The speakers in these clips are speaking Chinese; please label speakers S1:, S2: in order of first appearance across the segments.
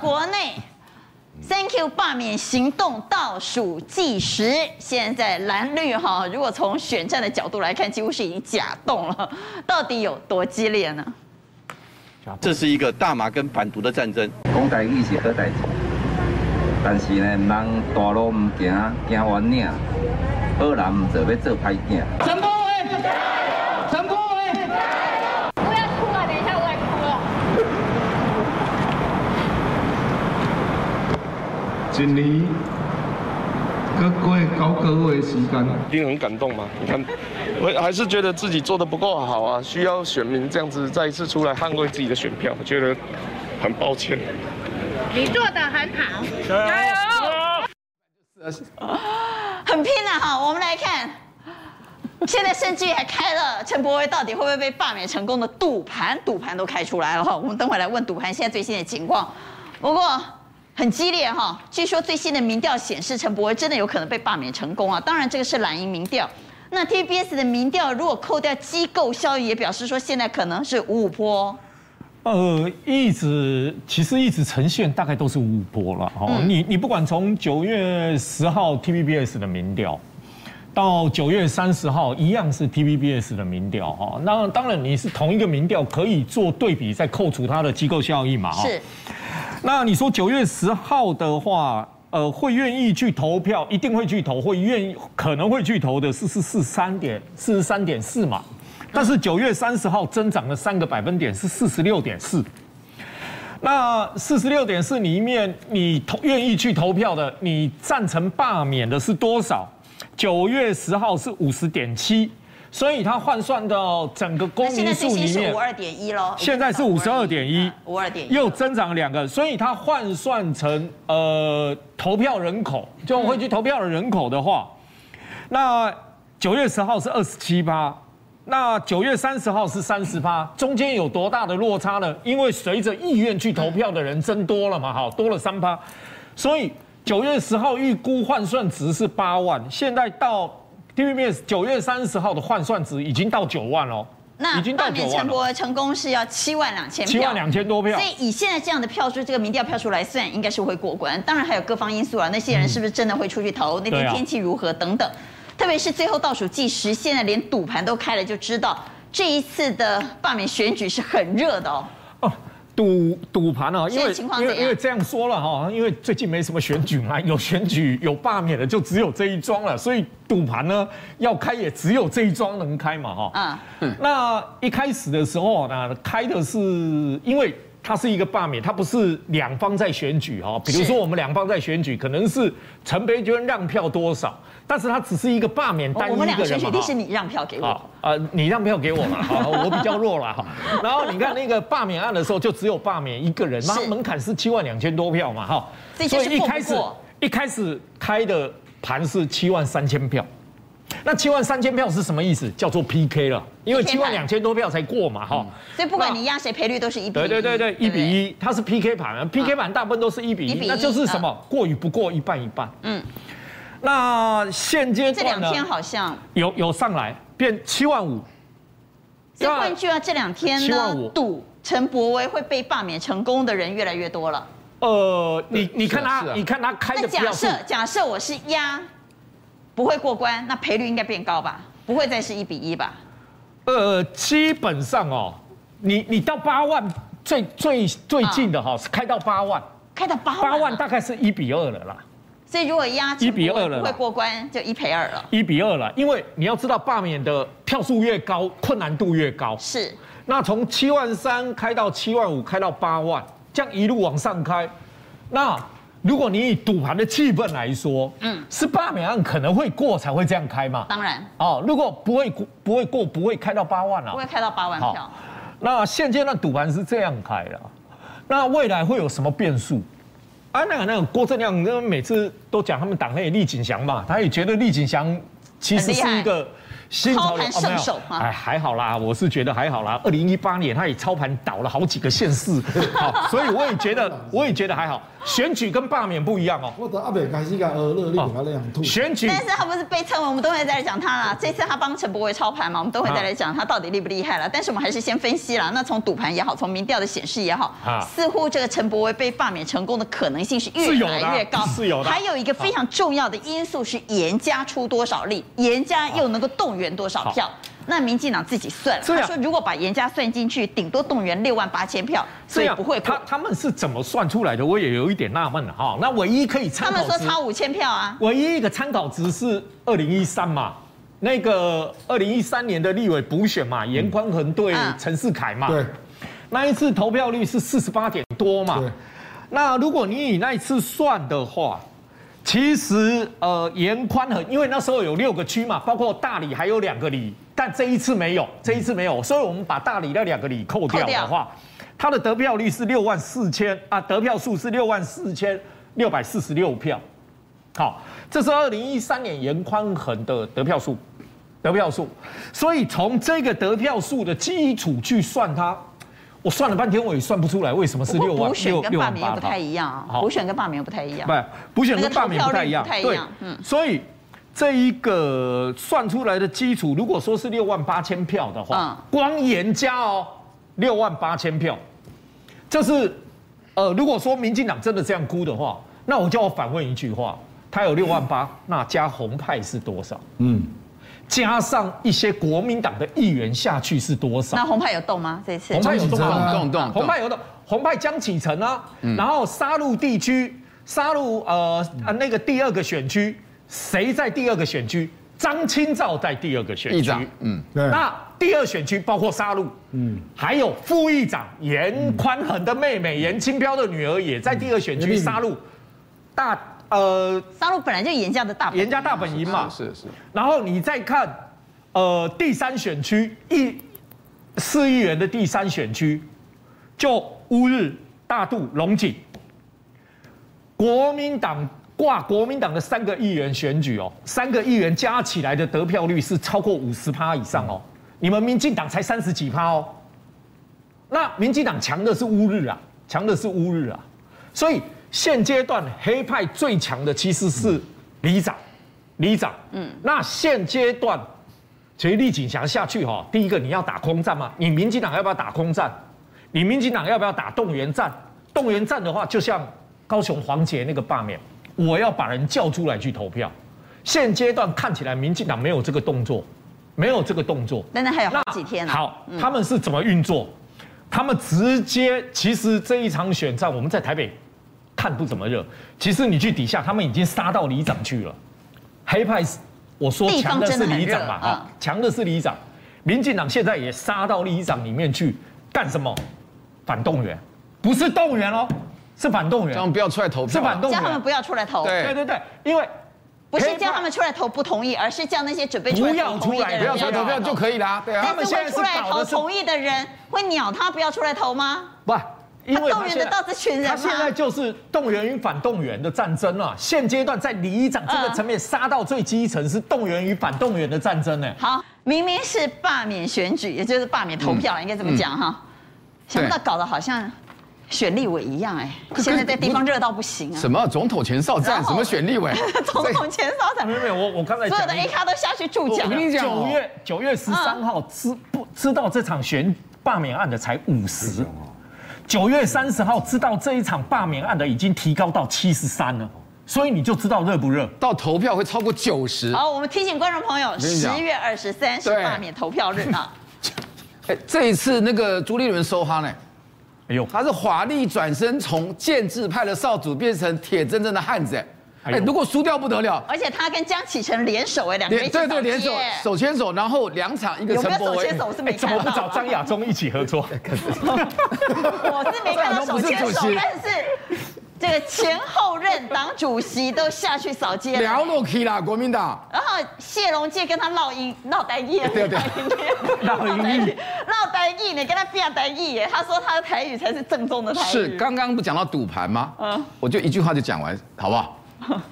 S1: 国内，Thank you 罢免行动倒数计时，现在蓝绿哈，如果从选战的角度来看，几乎是已经假动了，到底有多激烈呢？
S2: 这是一个大麻跟反毒的战争。
S3: 讲台语是好代志，但是呢，人大路唔行，行弯岭，好人唔做，要做歹囝。
S4: 陈柏伟，陈柏伟，
S5: 我要哭了，等一下我也哭了。
S6: 一年，搁过九个月的时间。
S7: 一定很感动嘛。你看， 我还是觉得自己做的不够好啊，需要选民这样子再一次出来捍卫自己的选票，我觉得很抱歉。
S5: 你做的很好。
S1: 很拼啊哈！我们来看，现在甚至于还开了陈柏威到底会不会被罢免成功的赌盘，赌盘都开出来了哈。我们等会来问赌盘现在最新的情况。不过很激烈哈，据说最新的民调显示陈柏威真的有可能被罢免成功啊。当然这个是蓝营民调。那 TBS 的民调如果扣掉机构效应，也表示说现在可能是五五波哦、
S8: 呃，一直其实一直呈现大概都是五五波了哦。你你不管从九月十号 TVBS 的民调，到九月三十号一样是 TVBS 的民调哈、哦。那当然你是同一个民调可以做对比，再扣除它的机构效益嘛哈、哦。
S1: 是。
S8: 那你说九月十号的话，呃，会愿意去投票，一定会去投，会愿意可能会去投的是是四三点四十三点四嘛。但是九月三十号增长了三个百分点，是四十六点四。那四十六点四里面，你投愿意去投票的，你赞成罢免的是多少？九月十号是五十点七，所以它换算到整个公
S1: 那现在
S8: 民
S1: 最
S8: 数
S1: 新
S8: 里
S1: 是
S8: 面
S1: 五，二点一喽，
S8: 现在是52.1
S1: 五二点一，
S8: 又增长两个，所以它换算成呃投票人口，就会去投票的人口的话，那九月十号是二十七趴，那九月三十号是三十趴，中间有多大的落差呢？因为随着意愿去投票的人增多了嘛，好多了三趴，所以九月十号预估换算值是八万，现在到 TVBS 九月三十号的换算值已经到九万了哦，
S1: 那
S8: 已经到
S1: 罢
S8: 九
S1: 免
S8: 万
S1: 陈
S8: 了哦，
S1: 柏成功是要七万两千票，
S8: 七万两千多票
S1: 所。以以现在这样的票数，这个民调票数来算，应该是会过关。当然还有各方因素啊，那些人是不是真的会出去投？那
S8: 嗯对
S1: 天
S8: 啊
S1: 天气如何等等。特别是最后倒数计时，现在连赌盘都开了，就知道这一次的罢免选举是很热的哦。
S8: 哦，赌赌盘啊，因
S1: 现
S8: 为
S1: 在情况
S8: 因为
S1: 怎样
S8: 因为这样说了哈，因为最近没什么选举嘛，有选举有罢免的就只有这一桩了，所以赌盘呢要开也只有这一桩能开嘛哈。
S1: 啊，
S8: 那一开始的时候呢，开的是因为它是一个罢免，它不是两方在选举哈。比如说我们两方在选举，可能是陈培娟让票多少，但是它只是一个罢免单
S1: 哦
S8: 一
S1: 我们两
S8: 个
S1: 个选
S8: 人
S1: 举
S8: 嘛。
S1: 地
S8: 哈
S1: 是你让票给我
S8: 啊。呃，你让票给我 嘛，好，我比较弱了哈。然后你看那个罢免案的时候，就只有罢免一个人，那
S1: 是
S8: 门槛是七万两千多票嘛，哈，
S1: 所以就是
S8: 一
S1: 过不
S8: 开始
S1: 过
S8: 一开始开的盘是七万三千票。那七万三千票是什么意思？叫做 PK 了，因为
S1: 一
S8: 七
S1: 天
S8: 万
S1: 盘嗯
S8: 两千多票才过嘛，哈、
S1: 所以不管
S8: 那
S1: 你压谁，赔率都是一比
S8: 对对对对，一
S1: 不对
S8: 比一，它是 PK 盘啊，PK 盘大部分都是一比
S1: 一比一嗯
S8: 一，那就是什么过与不过一半一半。嗯，那现阶
S1: 这
S8: 段
S1: 两
S8: 呢，
S1: 天好像，
S8: 有有上来变七万五，
S1: 所以换句话，啊这两天
S8: 七
S1: 呢
S8: 万五，
S1: 赌陈柏威会被罢免成功的人越来越多了。
S8: 呃，你你看
S7: 是
S8: 他，
S7: 啊
S8: 你看他开
S1: 那
S8: 的
S1: 假
S8: 票数
S1: 设，假设我是压，不会过关，那赔率应该变高吧？不会再是一比一吧？
S8: 呃，基本上哦，你你到八万最最最近的哈、是开到八万，
S1: 开到啊八万，啊
S8: 八万，大概是一比二了啦，
S1: 所以如果压
S8: 1比2了
S1: 不会过关，就一赔二了。
S8: 一比二了，因为你要知道罢免的票数越高，困难度越高。
S1: 是，
S8: 那从七万三开到七万五，开到八万，这样一路往上开。那如果你以赌盘的气氛来说，嗯，是罢免案可能会过才会这样开嘛。
S1: 当然
S8: 哦，如果不会过不会过，不会开到八万啊。
S1: 不会开到八万票。
S8: 那现阶段赌盘是这样开的，那未来会有什么变数？啊，那个那个郭正亮，那个每次都讲他们党内厉景祥嘛，他也觉得厉景祥其实是一个新潮流
S1: 操盘圣手啊嘛
S8: 哦没有哎，还好啦，我是觉得还好啦。 二零一八年他也操盘倒了好几个县市，好，所以我也觉得，我也觉得还好。选举跟罢免不一样哦。
S9: 我等阿北啊开始甲鹅乐，你等下两吐。
S8: 选举
S1: 但是他不是被称为，我们等会再来讲他啦。这次他帮陈柏惟操盘嘛，我们等会再来讲他到底厉不厉害了。但是我们还是先分析啦。那从赌盘也好，从民调的显示也好
S8: 啊，
S1: 似乎这个陈柏惟被罢免成功的可能性是
S8: 是
S1: 越
S8: 有的啊
S1: 来越高。
S8: 是有的啊
S1: 还有一个非常重要的因素是严家出多少力，严家
S8: 啊
S1: 又能够动员多少票。那民进党自己算了，
S8: 这
S1: 他
S8: 样
S1: 说如果把严家算进去，顶多动员六万八千票，所
S8: 这
S1: 以
S8: 样
S1: 不会过
S8: 他。他们是怎么算出来的？我也有一点纳闷了哈。那唯一可以参
S1: 他
S8: 考
S1: 们
S8: 值，
S1: 说差五千票啊，
S8: 唯一一个参考值是二零一三嘛，那个二零一三年的立委补选嘛，严宽恒对
S1: 嗯
S8: 陈世凯嘛，
S9: 对，
S8: 那一次投票率是四十八点多嘛
S9: 对。
S8: 那如果你以那一次算的话，其实呃严宽恒，因为那时候有六个区嘛，包括大理还有两个里，但这一次没有，这一次没有，所以我们把大理那两个里扣掉
S1: 扣掉
S8: 的话，他的得票率是六万四千啊，得票数是六万四千六百四十六票。好，这是二零一三年严宽恒的得票数，得票数，所以从这个得票数的基础去算它，我算了半天我也算不出来为什么是
S1: 不
S8: 六
S1: 过
S8: 万
S1: 补选
S8: 六
S1: 跟
S8: 六
S1: 罢
S8: 万
S1: 免
S8: 八
S1: 又不太一样啊，
S8: 好
S1: 补选跟罢免又不太一样。啊
S8: 不，补选跟罢免不太一样，
S1: 那个投票率不太一
S8: 对
S1: 样，嗯
S8: 所以这一个算出来的基础，如果说是六万八千票的
S1: 嗯
S8: 话，光严家哦，六万八千票，这是呃，如果说民进党真的这样估的话，那我就要反问一句话：他有六万八，那加红派是多少？
S9: 嗯，
S8: 加上一些国民党的议员下去是多少
S1: 那？红派有动吗？这次
S8: 红派有动
S9: 江启
S8: 吗
S9: 程啊
S2: 动动嗯动
S8: 红派有动，红派江启程啊，然后杀戮地区，杀戮呃呃那个第二个选区，谁在第二个选区？张清照在第二个选
S2: 议
S8: 区
S2: 长，，嗯，
S9: 对
S8: 那第二选区包括杀戮，嗯，还有副议长严宽恒的妹妹严清标的女儿也在第二选
S2: 嗯
S8: 区杀戮，大呃
S1: 杀戮本来就严家的大本营
S8: 严家大本营嘛，
S7: 是是，
S8: 然后你再看，呃，第三选区议市议员的第三选区，就乌日、大肚、龙井，国民党挂国民党的三个议员选举哦，三个议员加起来的得票率是超过五十趴以上哦，你们民进党才三十几趴哦，那民进党强的是乌日啊，强的是乌日啊，所以现阶段黑派最强的其实是里长，里长，嗯，那现阶段其实厉景祥下去哈、第一个你要打空战吗？你民进党要不要打空战？你民进党要不要打动员战？动员战的话，就像高雄黄杰那个罢免，我要把人叫出来去投票。现阶段看起来民进党没有这个动作，没有这个动作。
S1: 但那还有好几天啊。
S8: 好，他们是怎么运作？他们直接，其实这一场选战我们在台北看不怎么热，其实你去底下，他们已经杀到里长去了。黑派是，我说
S1: 地方
S8: 强的
S1: 真的
S8: 是
S1: 很
S8: 里
S1: 热
S8: 长嘛，哈
S1: 嗯，
S8: 强的是里长，民进党现在也杀到里长里面去干什么？反动员，不是动员哦，是反动
S2: 叫他们
S8: 员，
S2: 不要出来投
S8: 是
S2: 票
S8: 反
S2: 啊。
S8: 动
S1: 叫他们
S8: 员。
S1: 不要出来投，
S2: 对
S8: 对对对，因为
S1: 不是
S8: 黑
S1: 叫
S8: 怕
S1: 他们出来投不同意，而是叫那些准备
S8: 不要
S1: 同意的
S8: 出来
S1: 人
S2: 不要出来投票就可以啦，对啊。
S8: 他们
S1: 但是会
S8: 现在是
S1: 出来
S8: 搞
S1: 投
S8: 的是
S1: 同意的人会鸟他不要出来投吗？
S8: 不，因为
S1: 他动员得到这群人吗
S8: 他现在就是动员与反动员的战争啊。现阶段在里长这
S1: 嗯
S8: 个层面杀到最基层是动员与反动员的战争呢、
S1: 好，明明是罢免选举，也就是罢免投票，应该怎么讲哈？想不到搞得好像选立委一样哎，现在在地方热到不行啊。
S2: 什么总统前哨战，
S1: 然后
S2: 什么选立委，
S1: 总统前哨战
S8: 没，有没有，我我刚才
S1: 所有
S8: 讲
S1: 的
S8: 一
S1: A
S8: 个
S1: 咖都下去助讲嗯
S2: 我。跟你讲哦
S8: 九月九月十三号知不知道这场选罢免案的才五十，九月三十号知道这一场罢免案的已经提高到七十三了，所以你就知道热不热。
S2: 到投票会超过九十。
S1: 好，我们提醒观众朋友，
S2: 跟你
S1: 十
S2: 讲
S1: 月二十三是
S2: 对
S1: 罢免投票日 啊。
S2: 哎，这一次那个朱立伦收哈呢，
S8: 哎呦，
S2: 他是华丽转身从建制派的少主变成铁铮铮的汉子。哎
S8: 哎，呦
S2: 如果输掉不得了，
S1: 而且他跟江启臣联手哎，两个人一
S2: 连
S1: 起扫街
S2: 对对联手手牵手，然后两场一个
S1: 有
S2: 陈
S1: 没有
S2: 柏
S1: 手
S2: 惟
S1: 牵，啊手我是
S8: 哎，
S1: 没
S8: 怎
S1: 看
S8: 么
S1: 到
S8: 不找张亚中一起合作？
S1: 我是没看到手牵手，但是这个前后任党主席都下去扫街
S2: 聊
S1: 了。
S2: 落 k 啦，国民党。
S1: 然后谢龙介跟他闹音闹呆意，
S2: 对对
S1: 闹呆意，闹呆意，你跟他变呆意耶。他说他的台语才是正宗的台语。
S2: 是，刚刚不讲到赌盘吗？
S1: 嗯
S2: 我就一句话就讲完，好不 好？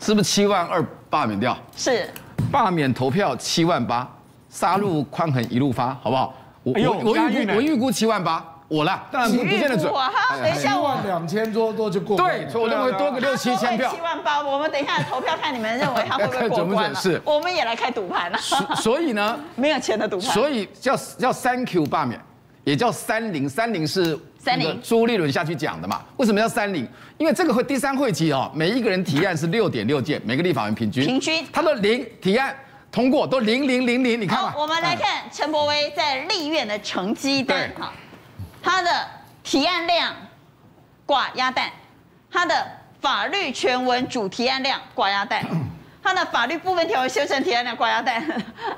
S2: 是不是七万二罢免掉？
S1: 是，
S2: 罢免投票七万八，杀戮宽恒一路发，好不好？我
S8: 哎呦
S2: 我我
S8: 押
S2: 预
S8: 韵
S2: 估
S8: 哎
S2: 我预估七万八，我啦，当然
S1: 你
S2: 不不见得
S1: 预
S2: 准哎
S1: 估。啊，哈，等一
S9: 一
S1: 下我
S9: 万两千多多就过关了。
S2: 对，所以我认为多 个六七千票
S1: 七。万八，我们等一下投票看你们认为他会不会
S2: 看
S1: 过
S2: 准不
S1: 关
S2: 准
S1: 了。
S2: 是
S1: 我们也来开赌盘了，啊
S2: 所所以 呢，
S1: 没有钱的赌盘。啊
S2: 所以叫叫三 Q 罢免，也叫三零，三零是
S1: 三零
S2: 那个朱立伦下去讲的嘛？为什么叫三零？因为这个会第三会期哦，每一个人提案是六点六件，每个立法员平均
S1: 平均
S2: 他的零提案通过都零零零零，你看嘛哎
S1: 好，，我们来看陈柏威在立院的成绩单
S2: 对
S1: 哈，他的提案量挂鸭蛋，他的法律全文主提案量挂鸭蛋，他的法律部分条文修正提案量挂鸭蛋，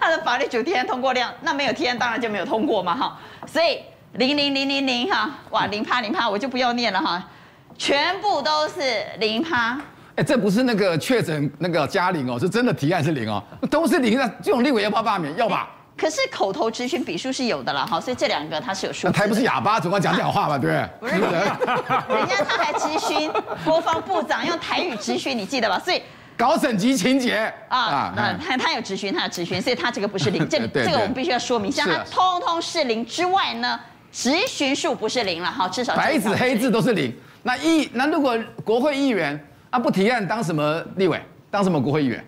S1: 他的法律主提案通过量，那没有提案当然就没有通过嘛哈，所以零零零零零哈，哇零趴零趴我就不要念了哈，全部都是零趴。
S2: 哎，这不是那个确诊那个加零哦，是真的提案是零哦，都是零，那这种立委要不要罢免？要吧？
S1: 可是口头质询笔数是有的了哈，所以这两个它是有数
S2: 那
S1: 字的。
S2: 他也不是哑巴，总要讲讲话吧，对
S1: 不
S2: 不
S1: 是，人
S2: 对？
S1: 家 人家他还咨询国防部长用台语咨询，你记得吧？所以
S2: 搞省级情节
S1: 啊，那
S2: 哎
S1: 他他有咨询，他有咨询，所以他这个不是零，这里
S2: 对
S1: 这
S2: 对
S1: 个我们必须要说明，像
S2: 是啊
S1: 他通通是零之外呢，咨询数不是零了哈，至少
S2: 白纸黑字都是零。那议那如果国会议员啊不提案，当什么立委，当什么国会议员？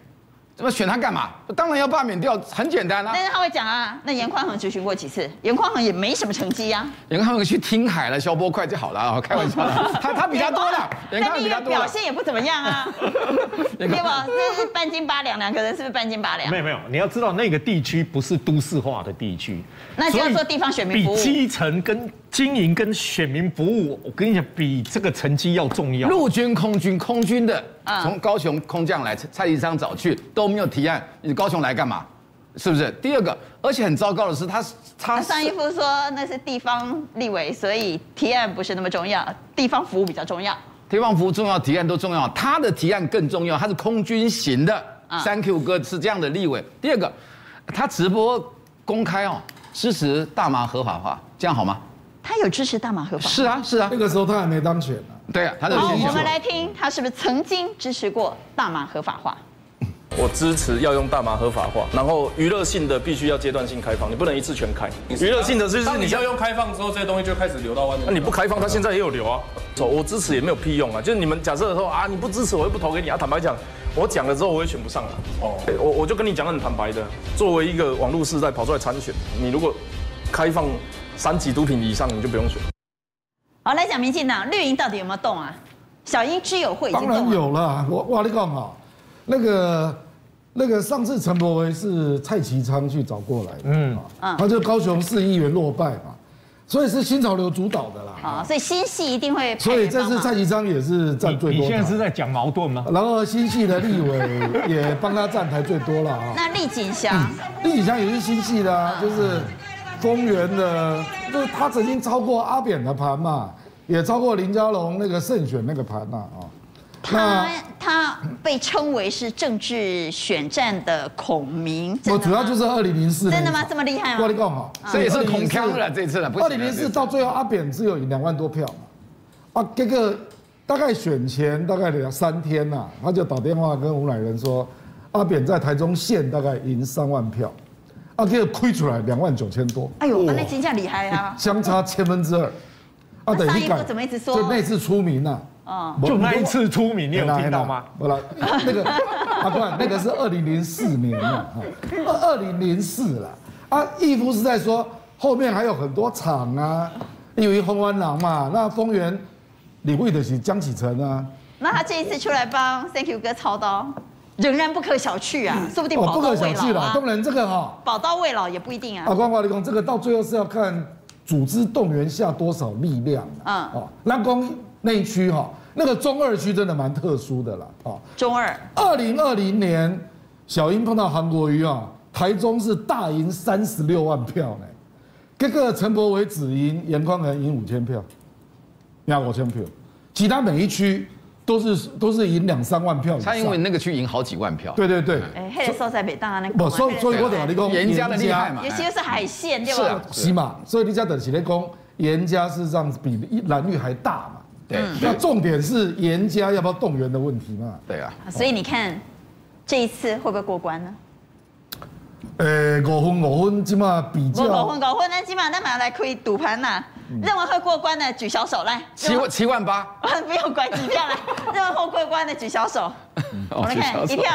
S2: 怎么选他干嘛？当然要罢免掉，很简单啦、啊
S1: 但。是他会讲啊，那严宽恒咨询过几次？严宽恒也没什么成绩啊呀、
S2: 严康去听海了，消波快就好了啊！开玩 笑的，他他比较多了，严
S1: 在
S2: 康
S1: 立
S2: 比较
S1: 院
S2: 多
S1: 表
S2: 了。
S1: 现也不怎么样 啊，对吧？这是半斤八两，两个人是不是半斤八两
S8: 没？有没有，你要知道那个地区不是都市化的地区，
S1: 那就要
S8: 所以
S1: 做地方选民服务
S8: 比基层跟经营跟选民服务，我跟你讲，比这个成绩要重要。
S2: 陆军、空军、空军的
S1: 啊
S2: 从高雄空降来，蔡蔡宜昌找去都没有提案，你高雄来干嘛？是不是？第二个，而且很糟糕的是，他他
S9: 啊
S1: 那上一夫说那是地方立委，所以提案不是那么重要，地方服务比较重要。
S2: 提望服务重要，提案都重要，他的提案更重要，他是空军型的
S1: 啊。
S2: 三 Q 哥是这样的立委。第二个，他直播公开哦，支持大麻合法化，这样好吗？
S1: 他有支持大马合法。
S2: 是啊，是啊
S9: 那，个时候他还没当选呢、
S2: 对啊，他的
S1: 好，
S2: 先
S1: 我
S2: 想
S1: 们来听他是不是曾经支持过大马合法化。
S10: 我支持要用大麻合法化，然后娱乐性的必须要阶段性开放，你不能一次全开。娱乐性的就是你要用开放之后，这些东西就开始流到外面。那你不开放，它现在也有流啊。说我支持也没有屁用啊，就是你们假设说啊，你不支持我又不投给你啊。坦白讲，我讲了之后我也选不上啊。哦，我我就跟你讲很坦白的，作为一个网络世代跑出来参选，你如果开放三级毒品以上，你就不用选。
S1: 好，来讲民进党绿营到底有没有动啊？小英知友会已经
S9: 当
S1: 动
S9: 然
S1: 了。
S9: 有了，我我跟你讲啊，那个那个上次陈柏惟是蔡其昌去找过来的，嗯
S1: 嗯
S9: 他就高雄市议员落败嘛，所以是新潮流主导的啦，
S1: 好，所以新系一定会派
S9: 所以
S1: 人
S9: 这
S1: 帮忙。
S9: 次蔡其昌也是占最
S8: 你你
S9: 多
S8: 现在是
S9: 台，
S8: 在讲矛盾吗？
S9: 然后新系的立委也帮他站台最多了啊，
S1: 那厉锦祥，
S9: 李启强也是新系的啊，就是丰原的，就是他曾经超过阿扁的盘嘛，也超过林佳龙那个胜选那个盘呐啊。
S1: 他他被称为是政治选战的孔明，真
S9: 我
S1: 的
S9: 主要
S1: 吗
S9: 就是二零零四
S1: 真的吗这么厉害吗啊
S9: 我跟你讲哦哈，
S2: 这也是孔锵了，这次了，不
S9: 二
S2: 行
S9: 零
S2: 了
S9: 零四
S2: 这次
S9: 到最后阿扁只有赢两万多票嘛，啊，这个大概选前大概两三天呐、他就打电话跟吴乃仁说，阿扁在台中县大概赢三万票，啊，结果亏出来两万九千多。
S1: 哎呦，那金价厉害 啊！
S9: 相差千分之二。啊
S1: 那上一
S9: 你
S1: 波怎么一直说
S9: 就那次出名呐、
S1: 哦
S9: 啊，
S8: 就那一次出名，你有听到吗？
S9: 我来，啊那个 啊，不然那个是二零零四年了，二二零零四了。啊，义夫是在说后面还有很多厂啊，例如红湾廊嘛，那丰原李卫的是江启程啊，
S1: 那他这一次出来帮 Thank You 哥操刀，仍然不可小觑啊，说不定
S9: 哦，
S1: 宝
S9: 不
S1: 刀
S9: 可
S1: 未
S9: 小
S1: 老
S9: 觑了。
S1: 啊
S9: 当，然这个哈、
S1: 宝刀未老也不一定
S9: 啊，
S1: 啊。
S9: 光华立功，这个到最后是要看组织动员下多少力量啊。
S1: 嗯
S9: 哦，那光内区哈，那个中二区真的蛮特殊的啦。哦，
S1: 中二，
S9: 二零二零年小英碰到韩国瑜啊，台中是大赢三十六万票呢，这个陈柏惟只赢严宽恒赢五千票，压五千票，其他每一区都是都是赢两三万票以上。
S2: 蔡英文那个去赢好几万票，
S9: 对对对，
S1: 哎，黑的受在北大啊那个。
S9: 不，所以所以我讲你讲
S2: 严家的厉害嘛
S1: 尤其又是海鲜，对
S2: 是
S1: 吧
S2: 啊？
S9: 是嘛？所以你讲等起来讲，严家事实上比蓝绿还大嘛。
S1: 嗯
S2: 对啊
S9: 那重点是严家要不要动员的问题嘛？
S2: 对啊，
S1: 所以你看，这一次会不会过关呢？
S9: 呃，五分五分，起码比
S1: 我搞
S9: 较啊
S1: 混搞混，那基本上咱马来可以赌盘呐。
S9: 嗯
S1: 认为会过关的举小手来。
S2: 七万七万八，
S1: 不用管几票 来，认为会过关的举小手。嗯
S9: 哦
S1: 我们看
S2: 哦
S1: 一票，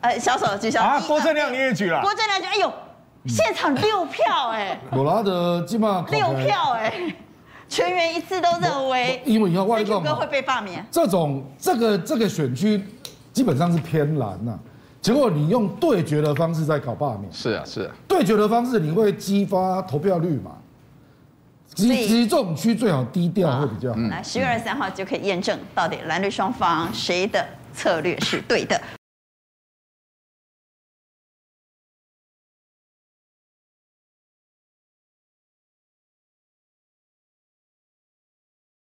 S1: 呃，小手举小手。
S8: 啊，郭正亮你也举了
S1: 郭，正亮就哎呦，现场六票哎，
S9: 我拉的基本上
S1: 六票哎，全员一致都认为
S9: 因为你要外
S1: 这首
S9: 告
S1: 歌
S9: 嘛
S1: 会，被罢免。
S9: 这种这个这个选区基本上是偏蓝呐、结果你用对决的方式在搞罢免，
S2: 是啊是啊，
S9: 对决的方式你会激发投票率嘛？集
S1: 所以
S9: 集这种区最好低调啊会比
S1: 嗯
S9: 较好。
S1: 来，十月二十三号就可以验证到底蓝绿双方谁的策略是对的。